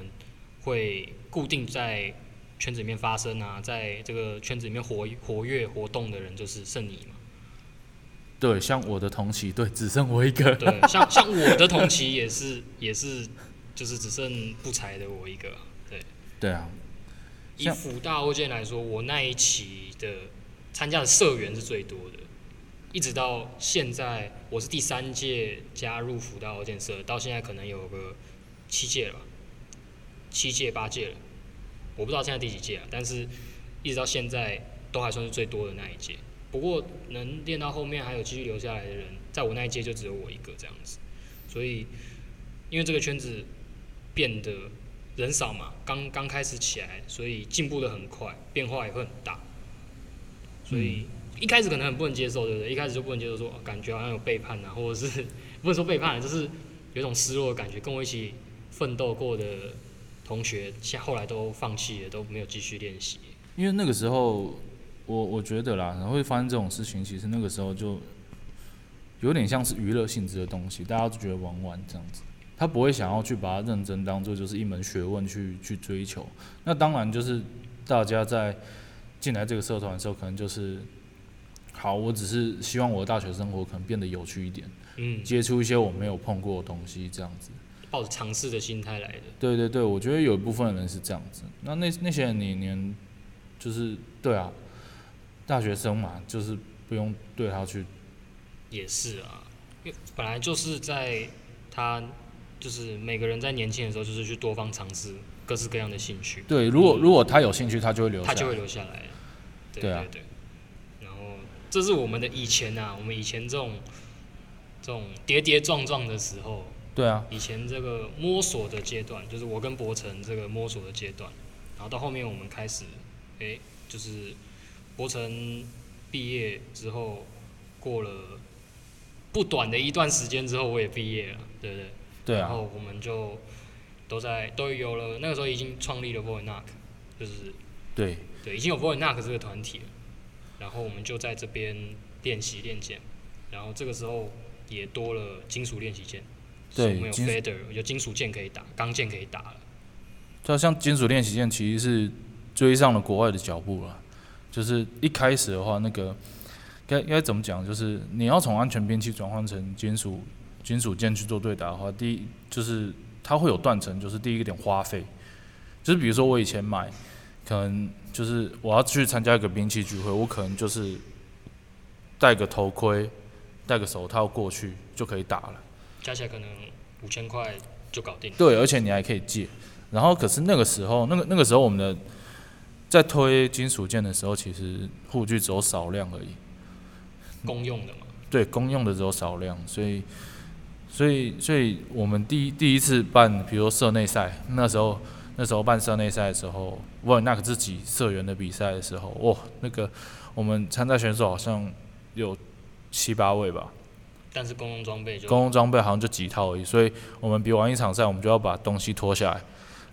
Speaker 2: 会固定在圈子里面发生啊，在这个圈子里面活活跃活动的人就是剩你嘛。
Speaker 1: 对，像我的同期对只剩我一个。
Speaker 2: 对，像像我的同期也是也是，就是只剩不才的我一个啊。对，
Speaker 1: 对啊，
Speaker 2: 以
Speaker 1: 像
Speaker 2: 辅大欧剑来说，我那一期的参加的社员是最多的，一直到现在，我是第三届加入辅大欧剑社，到现在可能有个七届了吧，七届八届了，我不知道现在第几届了，啊但是一直到现在都还算是最多的那一届。不过能练到后面还有继续留下来的人，在我那一届就只有我一个这样子，所以因为这个圈子变得人少嘛，刚刚开始起来，所以进步的很快，变化也会很大。所以一开始可能很不能接受，对不对？一开始就不能接受说，哦感觉好像有背叛啊，或者是 不能说背叛，啊就是有一种失落的感觉。跟我一起奋斗过的同学，现后来都放弃了，都没有继续练习。
Speaker 1: 因为那个时候，我我觉得啦，然后会发生这种事情，其实那个时候就有点像是娱乐性质的东西，大家就觉得玩玩这样子，他不会想要去把它认真当做就是一门学问去去追求。那当然就是大家在进来这个社团的时候，可能就是。好，我只是希望我的大学生活可能变得有趣一点，
Speaker 2: 嗯，
Speaker 1: 接触一些我没有碰过的东西，这样子。
Speaker 2: 抱着尝试的心态来的。
Speaker 1: 对对对，我觉得有一部分人是这样子。那那那些人你，你能就是对啊，大学生嘛，就是不用对他去
Speaker 2: 也是啊，因为本来就是在他就是每个人在年轻的时候，就是去多方尝试各式各样的兴趣，
Speaker 1: 对。如果如果他有兴趣，他就会留下
Speaker 2: 他
Speaker 1: 来。
Speaker 2: 就会留下来。对
Speaker 1: 对啊
Speaker 2: 对。然后这是我们的以前啊，我们以前这种这种跌跌撞撞的时候，
Speaker 1: 对啊，
Speaker 2: 以前这个摸索的阶段，就是我跟博成这个摸索的阶段，然后到后面我们开始，诶，就是博成毕业之后，过了不短的一段时间之后，我也毕业了，对不对？
Speaker 1: 对
Speaker 2: 然
Speaker 1: 啊，
Speaker 2: 后我们就都在都有了，那个时候已经创立了 v o i n a c 就是
Speaker 1: 对，
Speaker 2: 对，已经有 v o i n a c 这个团体了。然后我们就在这边练习练剑，然后这个时候也多了金属练习剑，就是
Speaker 1: 对
Speaker 2: 我们有
Speaker 1: 金属
Speaker 2: Fader，有金属剑可以打，钢剑可以打了。
Speaker 1: 就像金属练习剑其实是追上了国外的脚步了。就是一开始的话，那个该该怎么讲？就是你要从安全兵器转换成金属金属剑去做对打的话，第一就是它会有断层，就是第一个点花费，就是比如说我以前买，可能就是我要去参加一个兵器聚会，我可能就是戴个头盔、戴个手套过去就可以打了。
Speaker 2: 加起来可能五千块就搞定了。
Speaker 1: 对，而且你还可以借。然后可是那个时候，那个那个时候我们的在推金属剑的时候，其实护具只有少量而已，
Speaker 2: 公用的嘛，
Speaker 1: 对，公用的只有少量，所以所以所以我们第一第一次办，比如说社内赛，那时候那时候办社内赛的时候，沃尔纳克自己社员的比赛的时候，哇，那个我们参赛选手好像有七八位吧，
Speaker 2: 但是公用装备就
Speaker 1: 公共装备好像就几套而已，所以我们比完一场赛，我们就要把东西脱下来，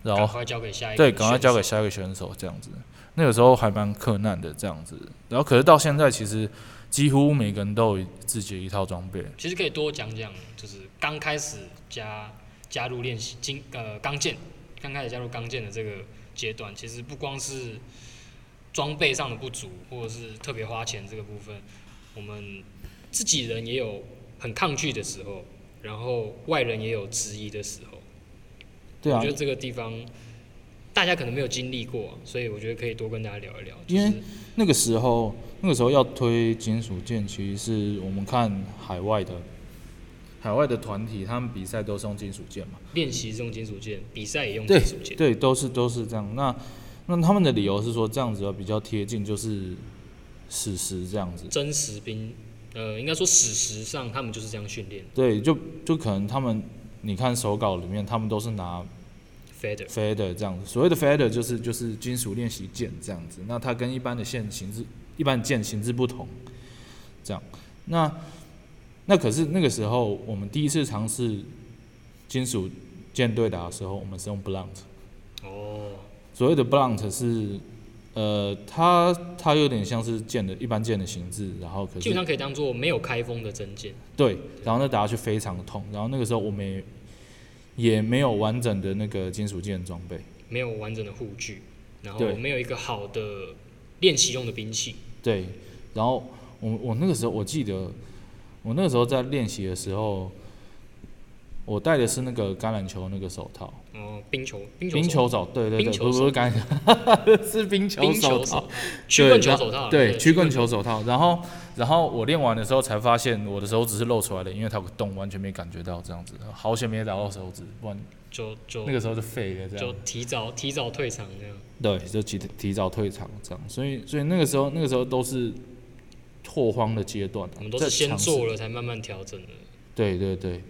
Speaker 1: 然后
Speaker 2: 赶快交给下一个
Speaker 1: 哦对，
Speaker 2: 选手。
Speaker 1: 赶快交给下一个选手这样子。那个时候还蛮困难的这样子，然后可是到现在其实几乎每个人都有自己的一套装备。
Speaker 2: 其实可以多讲讲，就是刚开始加加入练习金呃钢剑，刚开始加入钢剑的这个阶段，其实不光是装备上的不足，或者是特别花钱这个部分，我们自己人也有很抗拒的时候，然后外人也有质疑的时候。
Speaker 1: 对啊
Speaker 2: 我觉，得这个地方大家可能没有经历过，所以我觉得可以多跟大家聊一聊，就
Speaker 1: 因为
Speaker 2: 是
Speaker 1: 那个时候那个时候要推金属剑，其实是我们看海外的海外的团体，他们比赛都是用金属剑嘛。
Speaker 2: 练习这种金属剑，比赛也用金
Speaker 1: 对
Speaker 2: 属剑，
Speaker 1: 对，都是都是这样。那那他们的理由是说这样子比较贴近就是史实这样子。
Speaker 2: 真实兵，呃，应该说史实上他们就是这样训练
Speaker 1: 对，就就可能他们你看手稿里面，他们都是拿
Speaker 2: feather。
Speaker 1: fader 这样子，所谓的 fader 就是就是金属练习剑这样子。那它跟一般的线形制、一般的剑形制不同，这样。那那可是那个时候我们第一次尝试金属剑对打的时候，我们是用 blunt。
Speaker 2: 哦，
Speaker 1: 所谓的 blunt 是呃，它它有点像是剑的一般剑的形制，然后可
Speaker 2: 基
Speaker 1: 是
Speaker 2: 本上可以当做没有开封的真剑，
Speaker 1: 对，然后那打下去非常痛。然后那个时候我们也也没有完整的那个金属剑装备。
Speaker 2: 没有完整的护具，然后
Speaker 1: 对
Speaker 2: 没有一个好的练习用的兵器。
Speaker 1: 对，然后我我那个时候我记得，我那个时候在练习的时候，我戴的是那个橄榄球那个手套，
Speaker 2: 哦，冰球，冰球手，
Speaker 1: 冰球手，对对
Speaker 2: 冰
Speaker 1: 对，
Speaker 2: 球
Speaker 1: 不是不
Speaker 2: 手
Speaker 1: 是橄榄 球，是冰球
Speaker 2: 冰
Speaker 1: 手套
Speaker 2: 球手，，曲棍球
Speaker 1: 然
Speaker 2: 手套啊，
Speaker 1: 对，
Speaker 2: 对
Speaker 1: 曲棍球手套。然后然后我练完的时候才发现我的手指是露出来的，因为它有个洞，完全没感觉到这样子，好险没打到手指，不然
Speaker 2: 就就
Speaker 1: 那个啊时候就废了这样
Speaker 2: 就。提早提早退场这样。
Speaker 1: 对，就提提早退场这样，所以所以那个时候那个时候都是拓荒的阶段啊，
Speaker 2: 我们都
Speaker 1: 在
Speaker 2: 是先
Speaker 1: 尝试
Speaker 2: 做了才慢慢调整的，
Speaker 1: 对对对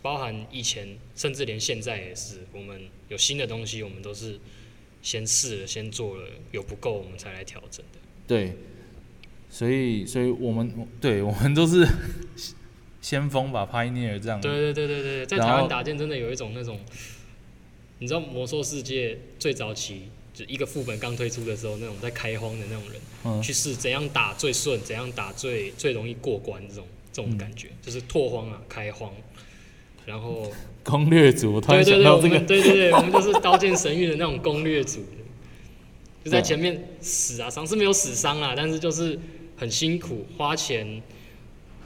Speaker 2: 包含以前，甚至连现在也是，我们有新的东西，我们都是先试了，先做了，有不够我们才来调整的。
Speaker 1: 对，所以所以我们对我们都是先锋吧，pioneer 这样。
Speaker 2: 对对对对对，在
Speaker 1: 嗯然
Speaker 2: 台湾
Speaker 1: 后
Speaker 2: 打剑真的有一种那种，你知道《魔兽世界》最早期就一个副本刚推出的时候，那种在开荒的那种人，
Speaker 1: 嗯
Speaker 2: 去试怎样打最顺，怎样打最最容易过关，这种这种感
Speaker 1: 嗯
Speaker 2: 觉，就是拓荒啊，开荒。然后，
Speaker 1: 攻略组，我 突
Speaker 2: 对
Speaker 1: 然
Speaker 2: 对
Speaker 1: 想
Speaker 2: 对，
Speaker 1: 到
Speaker 2: 我
Speaker 1: 这
Speaker 2: 们
Speaker 1: 个，
Speaker 2: 对对对，我们就是《刀剑神域》的那种攻略组，就在
Speaker 1: 对
Speaker 2: 前面死啊伤是没有死伤啦，但是就是很辛苦，花钱，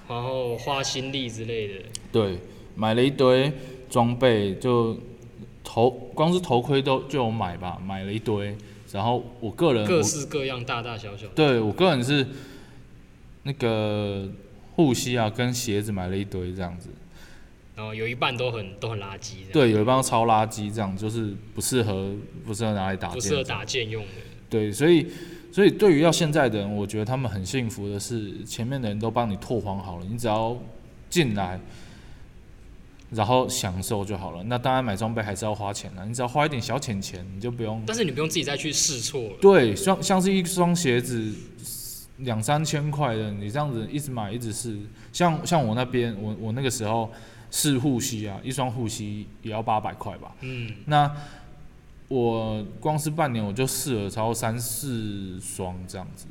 Speaker 2: 然后花心力之类的。
Speaker 1: 对，买了一堆装备，就头光是头盔都就有买吧，买了一堆。然后我个人，
Speaker 2: 各
Speaker 1: 呃我
Speaker 2: 式各样、大大小小的。
Speaker 1: 对我个人是那个护膝啊跟鞋子买了一堆这样子，
Speaker 2: 然后有一半都很都很垃圾，，
Speaker 1: 对，有一帮超垃圾这样，就是不适合不适合拿来打
Speaker 2: 不
Speaker 1: 剑
Speaker 2: 适
Speaker 1: 啊这
Speaker 2: 合
Speaker 1: 样，
Speaker 2: 打剑用的。
Speaker 1: 对，所以所以对于要现在的人，我觉得他们很幸福的是，前面的人都帮你拓荒好了，你只要进来，然后享受就好了。那当然买装备还是要花钱的，你只要花一点小钱钱，你就不用。
Speaker 2: 但是你不用自己再去试错了。
Speaker 1: 对，像像是一双鞋子两三千块的，你这样子一直买一直试，像像我那边，我我那个时候试护膝啊，一双护膝也要八百块吧。
Speaker 2: 嗯，
Speaker 1: 那我光是半年我就试了超过三四双这样子，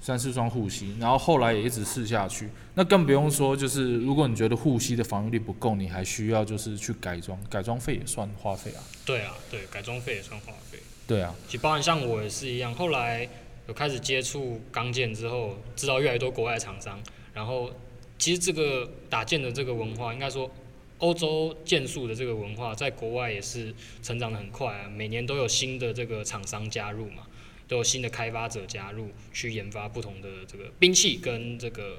Speaker 1: 三四双护膝，然后后来也一直试下去。那更不用说，就是如果你觉得护膝的防御力不够，你还需要就是去改装，改装费也算花费啊。
Speaker 2: 对啊，对，改装费也算花费。
Speaker 1: 对啊，
Speaker 2: 其实包含像我也是一样，后来有开始接触钢剑之后，知道越来越多国外的厂商，然后其实这个打剑的这个文化，应该说欧洲剑术的这个文化，在国外也是成长的很快、啊，每年都有新的这个厂商加入嘛，都有新的开发者加入去研发不同的这个兵器跟这个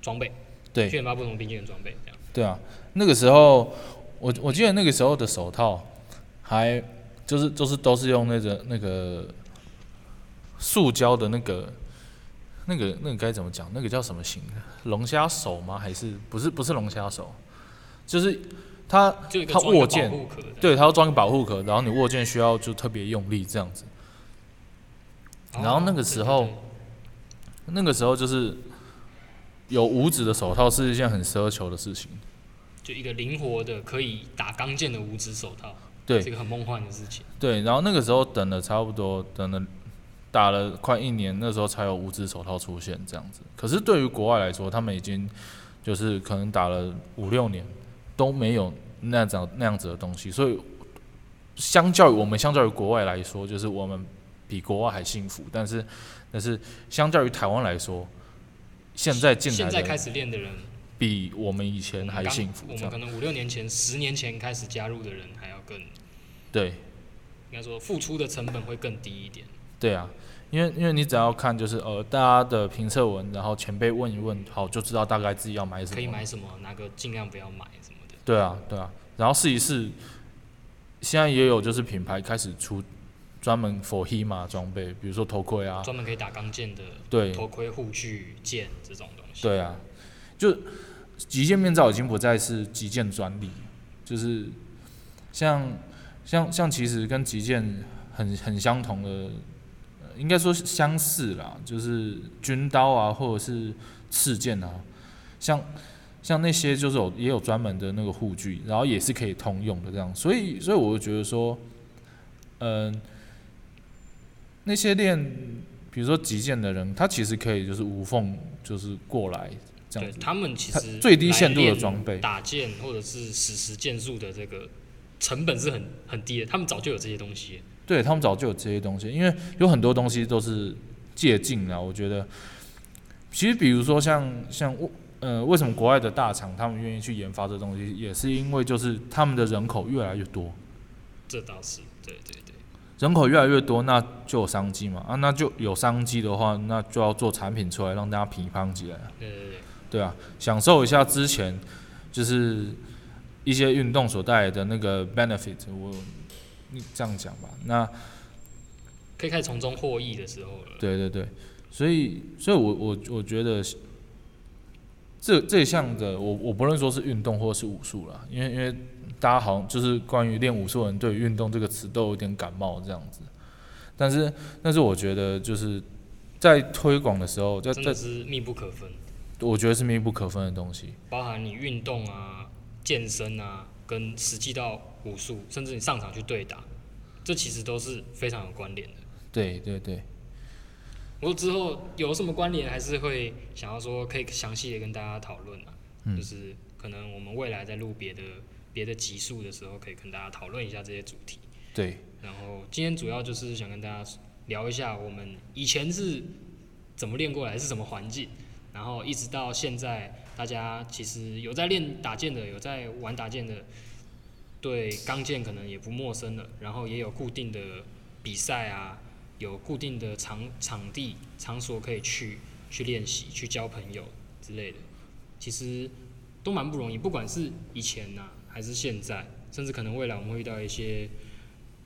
Speaker 2: 装备，
Speaker 1: 对
Speaker 2: 去研发不同的兵器跟装备这样。
Speaker 1: 对啊，那个时候我我记得那个时候的手套还就是就是都是用那个那个塑胶的那个那个那个该怎么讲？那个叫什么型？龙虾手吗？还是不是不是龙虾手？就是它
Speaker 2: 就一个
Speaker 1: 它
Speaker 2: 装一
Speaker 1: 握
Speaker 2: 个保
Speaker 1: 剑，
Speaker 2: 护壳这样，
Speaker 1: 对，它要装个保护壳，然后你握剑需要就特别用力这样子。然后那个
Speaker 2: 哦
Speaker 1: 时候
Speaker 2: 对对对
Speaker 1: 那个时候就是有五指的手套是一件很奢求的事情，
Speaker 2: 就一个灵活的可以打钢剑的五指手套，
Speaker 1: 对
Speaker 2: 是一个很梦幻的事情。
Speaker 1: 对，然后那个时候等了差不多，等了打了快一年，那时候才有五指手套出现这样子。可是对于国外来说，他们已经就是可能打了五六年都没有那样子那样子的东西，所以相较于我们，相较于国外来说，就是我们比国外还幸福。但是，但是相较于台湾来说，现在进来
Speaker 2: 现在开
Speaker 1: 的
Speaker 2: 始练的人，
Speaker 1: 比我们以前还
Speaker 2: 刚
Speaker 1: 幸福，
Speaker 2: 我
Speaker 1: 这样
Speaker 2: 们可能五六年前、十年前开始加入的人还要更，应
Speaker 1: 对。
Speaker 2: 该说付出的成本会更低一点。
Speaker 1: 对啊，因为因为你只要看就是呃大家的评测文，然后前辈问一问，好就知道大概自己要买什么。
Speaker 2: 可以买什么，哪个尽量不要买什么的。
Speaker 1: 对啊，对啊，然后试一试。现在也有就是品牌开始出专门 for HEMA 装备，比如说头盔啊，
Speaker 2: 专门可以打钢剑的
Speaker 1: 对
Speaker 2: 头盔、护具、剑这种东西。
Speaker 1: 对啊，就极限面罩已经不再是极限专利，就是像像像其实跟极限很很相同的，呃应该说是相似啦，就是军刀啊或者是刺剑啊，像像那些就是有也有专门的那个护具，然后也是可以通用的这样，所以所以我就觉得说，嗯、那些练。比如说极限的人，他其实可以就是无缝就是过来这样
Speaker 2: 对
Speaker 1: 子，
Speaker 2: 他们其实
Speaker 1: 它最低限度的
Speaker 2: 来练
Speaker 1: 装备
Speaker 2: 打剑或者是史实剑术的这个成本是很很低的，他们早就有这些东西了。
Speaker 1: 对他们早就有这些东西，因为有很多东西都是借镜啦。我觉得，其实比如说像像我呃，为什么国外的大厂他们愿意去研发这东西，也是因为就是他们的人口越来越多，
Speaker 2: 这倒是，对对对。
Speaker 1: 人口越来越多，那就有商机嘛啊，那就有商机的话，那就要做产品出来让大家批判起来。
Speaker 2: 对对对，
Speaker 1: 对啊，享受一下之前就是一些运动所带来的那个 benefit，我你这样讲吧。那
Speaker 2: 可以开始从中获益的时候了。
Speaker 1: 对对对，所以所以我我我觉得这这项的我我不论说是运动或是武术啦，因为因为大家好像就是关于练武术的人对于运动这个词都有点感冒这样子，但是但是我觉得就是在推广的时候，在
Speaker 2: 真
Speaker 1: 在
Speaker 2: 的是密不可分，
Speaker 1: 我觉得是密不可分的东西。
Speaker 2: 包含你运动啊、健身啊，跟实际到武术，甚至你上场去对打，这其实都是非常有关联的。
Speaker 1: 对对对，
Speaker 2: 不过之后有什么关联，还是会想要说可以详细的跟大家讨论啊，就是可能我们未来在录别的别的集数的时候，可以跟大家讨论一下这些主题。
Speaker 1: 对
Speaker 2: 然后今天主要就是想跟大家聊一下我们以前是怎么练过来，是什么环境，然后一直到现在，大家其实有在练打剑的，有在玩打剑的，对钢剑可能也不陌生了，然后也有固定的比赛啊，有固定的场场地场所可以去去练习、去交朋友之类的，其实都蛮不容易，不管是以前呐、还是现在，甚至可能未来我们会遇到一些。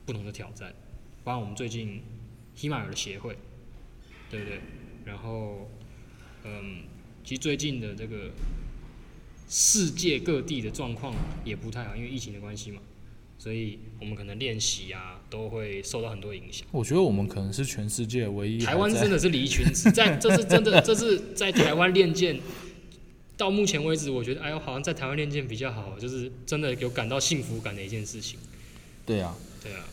Speaker 2: 不同的挑战，包括我们最近希马尔的协会，对不对？然后，嗯，其实最近的这个世界各地的状况也不太好，因为疫情的关系嘛，所以我们可能练习啊都会受到很多影响。
Speaker 1: 我觉得我们可能是全世界唯一
Speaker 2: 台湾
Speaker 1: 还在
Speaker 2: 真的是离群子战，这是真的，这是在台湾练剑。到目前为止，我觉得哎呦，好像在台湾练剑比较好，就是真的有感到幸福感的一件事情。
Speaker 1: 对啊，
Speaker 2: 对啊，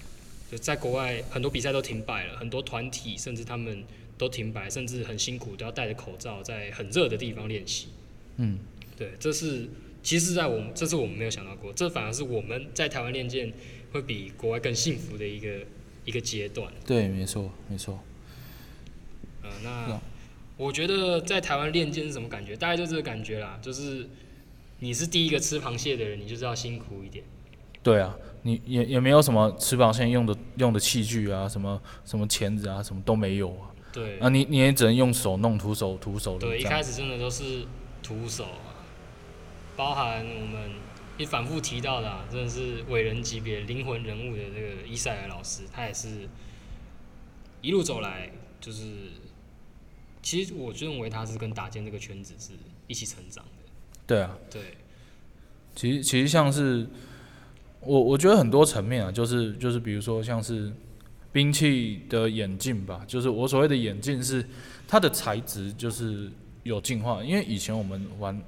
Speaker 2: 就在国外很多比赛都停摆了，很多团体甚至他们都停摆，甚至很辛苦，都要戴着口罩在很热的地方练习。
Speaker 1: 嗯，
Speaker 2: 对，这是其实，在我们这是我们没有想到过，这反而是我们在台湾练剑会比国外更幸福的一个一个阶段。
Speaker 1: 对，没错，没错。
Speaker 2: 呃，
Speaker 1: 是
Speaker 2: 那
Speaker 1: 啊
Speaker 2: 我觉得在台湾练剑是什么感觉？大概就这个感觉啦，就是你是第一个吃螃蟹的人，你就是要辛苦一点。
Speaker 1: 对啊，你也也没有什么吃螃蟹用的用的器具啊，什么什么钳子啊，什么都没有啊。
Speaker 2: 对，
Speaker 1: 啊，你你也只能用手弄徒手徒手的
Speaker 2: 对，一
Speaker 1: 这
Speaker 2: 开
Speaker 1: 样。
Speaker 2: 始真的都是徒手啊，包含我们也反复提到的、啊，真的是伟人级别、灵魂人物的这个伊塞尔老师，他也是一路走来，就是其实我认为他是跟打剑这个圈子是一起成长的。
Speaker 1: 对啊，
Speaker 2: 对，
Speaker 1: 其实其实像是我我觉得很多层面啊，就是就是比如说像是兵器的演进吧，就是我所谓的演进是它的材质就是有进化，因为以前我们玩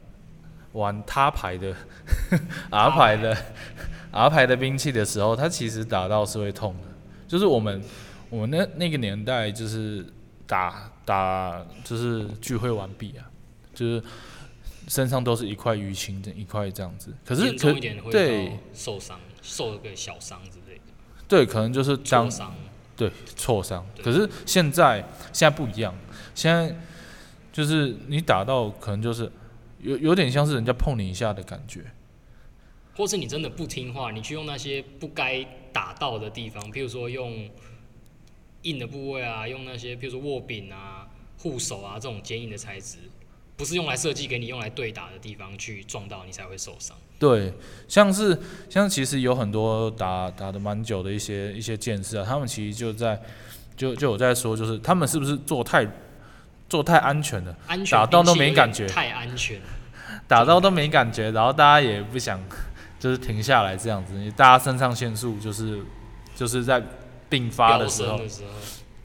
Speaker 1: 玩他牌的 R 牌的 R 牌的兵器的时候，它其实打到是会痛的，就是我们我们那那个年代就是打打就是聚会完毕啊，就是。身上都是一块淤青，这一块这样子。可是，
Speaker 2: 严
Speaker 1: 可
Speaker 2: 重一点会
Speaker 1: 对
Speaker 2: 到受伤，受个小伤之类的，
Speaker 1: 对，可能就是当
Speaker 2: 挫伤。
Speaker 1: 对挫伤。
Speaker 2: 对
Speaker 1: 可是现在现在不一样，现在就是你打到可能就是有有点像是人家碰你一下的感觉。
Speaker 2: 或是你真的不听话，你去用那些不该打到的地方，譬如说用硬的部位啊，用那些譬如说握柄啊、护手啊这种坚硬的材质，不是用来设计给你用来对打的地方去撞到你才会受伤。
Speaker 1: 对，像是像其实有很多打打的蛮久的一些一些剑士啊，他们其实就在就就有在说，就是他们是不是做太做太安全了，
Speaker 2: 安全
Speaker 1: 打到都
Speaker 2: 兵器
Speaker 1: 没
Speaker 2: 有点
Speaker 1: 感觉
Speaker 2: 太安全。
Speaker 1: 打到都没感觉，然后大家也不想就是停下来这样子，大家肾上腺素就是就是在并发的
Speaker 2: 飙
Speaker 1: 时
Speaker 2: 升
Speaker 1: 候。
Speaker 2: 的时候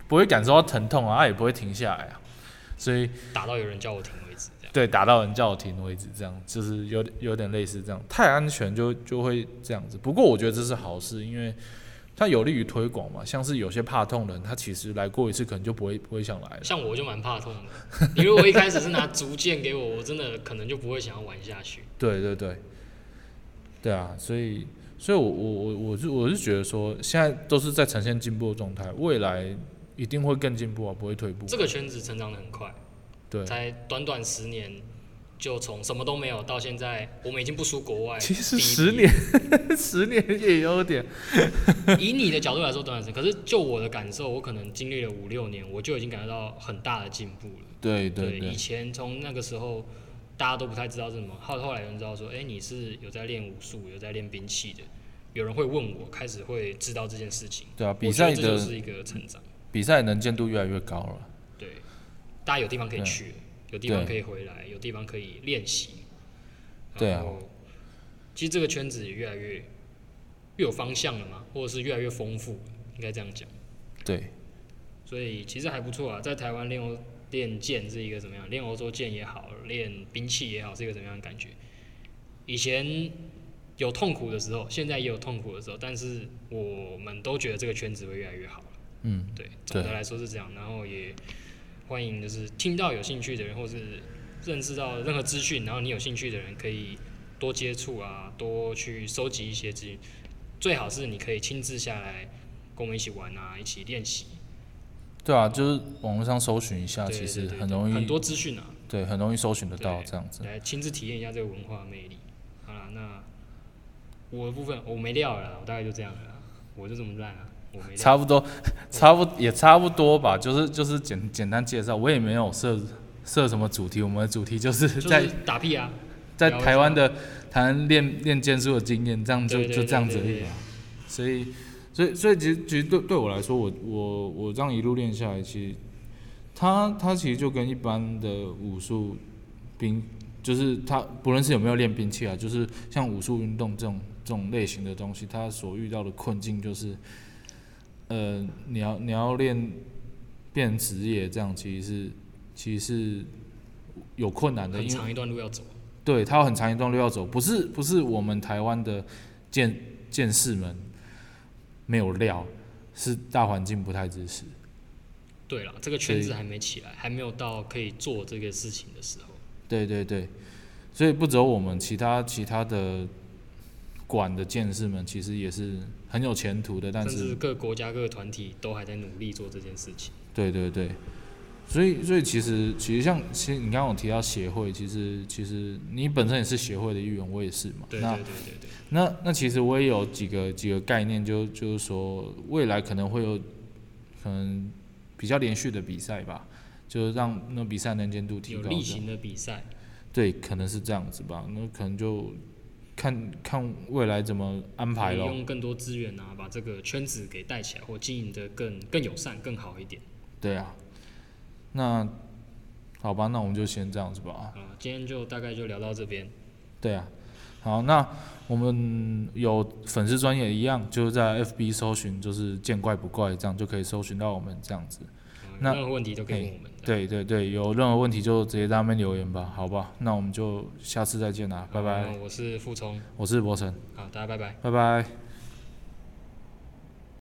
Speaker 1: 不会感受到疼痛啊，他也不会停下来啊。所以
Speaker 2: 打到有人叫我停为止，这样。
Speaker 1: 对打到人叫我停为止，这样就是有有点类似这样，太安全就就会这样子。不过我觉得这是好事，因为它有利于推广嘛。像是有些怕痛的人，他其实来过一次，可能就不会不会想来了。
Speaker 2: 像我就蛮怕痛的，你如果一开始是拿竹剑给我，我真的可能就不会想要玩下去。
Speaker 1: 对对对，对啊，所以所以我，我我我是我是觉得说，现在都是在呈现进步的状态，未来一定会更进步啊，不会退步。
Speaker 2: 这个圈子成长的很快。
Speaker 1: 对，
Speaker 2: 才短短十年，就从什么都没有到现在，我们已经不输国 外。
Speaker 1: 其实
Speaker 2: 第一
Speaker 1: 十年 十年也有点
Speaker 2: 以你的角度来说短短时间，可是就我的感受，我可能经历了五六年，我就已经感觉到很大的进步了。
Speaker 1: 对
Speaker 2: 以前从那个时候大家都不太知道是什么，后后来有人知道说，哎、你是有在练武术，有在练兵器的，有人会问我，开始会知道这件事情。
Speaker 1: 对啊，比
Speaker 2: 我觉
Speaker 1: 赛
Speaker 2: 得这就
Speaker 1: 的
Speaker 2: 是一个成长，
Speaker 1: 比赛能见度越来越高了。
Speaker 2: 对，大家有地方可以
Speaker 1: 对
Speaker 2: 去，有地方
Speaker 1: 对
Speaker 2: 可以回来，有地方可以练习，
Speaker 1: 对啊
Speaker 2: 然后，其实这个圈子也越来越越有方向了嘛，或者是越来越丰富，应该这样讲。
Speaker 1: 对，
Speaker 2: 所以其实还不错啊，在台湾练欧练剑是一个怎么样？练欧洲剑也好，练兵器也好，是一个怎么样的感觉？以前有痛苦的时候，现在也有痛苦的时候，但是我们都觉得这个圈子会越来越好。
Speaker 1: 嗯，
Speaker 2: 对，总的来说是这样。然后也欢迎就是听到有兴趣的人，或是认识到任何资讯，然后你有兴趣的人可以多接触啊，多去收集一些资讯。最好是你可以亲自下来跟我们一起玩啊，一起练习。
Speaker 1: 对啊，就是网络上搜寻一下，
Speaker 2: 对
Speaker 1: 其
Speaker 2: 对
Speaker 1: 实
Speaker 2: 对
Speaker 1: 很
Speaker 2: 对
Speaker 1: 容易，
Speaker 2: 很多资讯啊，
Speaker 1: 对，很容易搜寻得到
Speaker 2: 对
Speaker 1: 这样子。
Speaker 2: 来亲自体验一下这个文化魅力。好啦，那我的部分我没料了啦，我大概就这样了啦，我就这么烂啊，我没料。
Speaker 1: 差不多， 差不也差不多吧，就是就是简简单介绍，我也没有设设什么主题，我们的主题就是
Speaker 2: 就
Speaker 1: 在
Speaker 2: 是打屁啊，
Speaker 1: 在
Speaker 2: 聊一
Speaker 1: 台
Speaker 2: 下
Speaker 1: 湾的台湾练练剑术的经验，这样嗯就
Speaker 2: 对对
Speaker 1: 就
Speaker 2: 对
Speaker 1: 这样子
Speaker 2: 对
Speaker 1: 而已
Speaker 2: 对
Speaker 1: 啊。所以，所以所以其实其实对对我来说，我我我这样一路练下来，其实它它其实就跟一般的武术兵就是他不论是有没有练兵器啊，就是像武术运动这种这种类型的东西，他所遇到的困境就是，呃，你要你要练变职业这样，其实是其实是有困难的，
Speaker 2: 很
Speaker 1: 因为
Speaker 2: 长一段路要走。
Speaker 1: 对他有很长一段路要走，不是不是我们台湾的剑剑士们没有料，是大环境不太支持。
Speaker 2: 对了，这个圈
Speaker 1: 所
Speaker 2: 子还没起来，还没有到可以做这个事情的时候。
Speaker 1: 对对对，所以不只有我们，其他其他的馆的剑士们其实也是很有前途的，但
Speaker 2: 甚至
Speaker 1: 是
Speaker 2: 各国家各个团体都还在努力做这件事情。
Speaker 1: 对对对，所以所以其实其实像其实你刚刚有提到协会，其实其实你本身也是协会的一员，我也是嘛。
Speaker 2: 对
Speaker 1: 那
Speaker 2: 对对对对，
Speaker 1: 那那其实我也有几个几个概念，就就是说未来可能会有可能比较连续的比赛吧，就是让那比赛能见度提
Speaker 2: 有
Speaker 1: 高这样。
Speaker 2: 例行的比赛，
Speaker 1: 对，可能是这样子吧。那可能就看看未来怎么安
Speaker 2: 可
Speaker 1: 排
Speaker 2: 以
Speaker 1: 咯。
Speaker 2: 用更多资源啊，把这个圈子给带起来，或经营的更更友善、更好一点。
Speaker 1: 对啊，那好吧，那我们就先这样子吧。
Speaker 2: 啊、今天就大概就聊到这边。
Speaker 1: 对啊，好，那我们有粉丝专业一样，就是在 FB 搜寻，就是见怪不怪，这样就可以搜寻到我们这样子。
Speaker 2: 啊
Speaker 1: 那
Speaker 2: 任何问题都可以
Speaker 1: 嘿
Speaker 2: 问我们的。
Speaker 1: 对对对，有任何问题就直接在那边留言吧，好吧？那我们就下次再见啦，拜
Speaker 2: 好
Speaker 1: 拜。
Speaker 2: 啊那我是傅聪，啊
Speaker 1: 我是博成，
Speaker 2: 好，大家拜拜。
Speaker 1: 拜拜。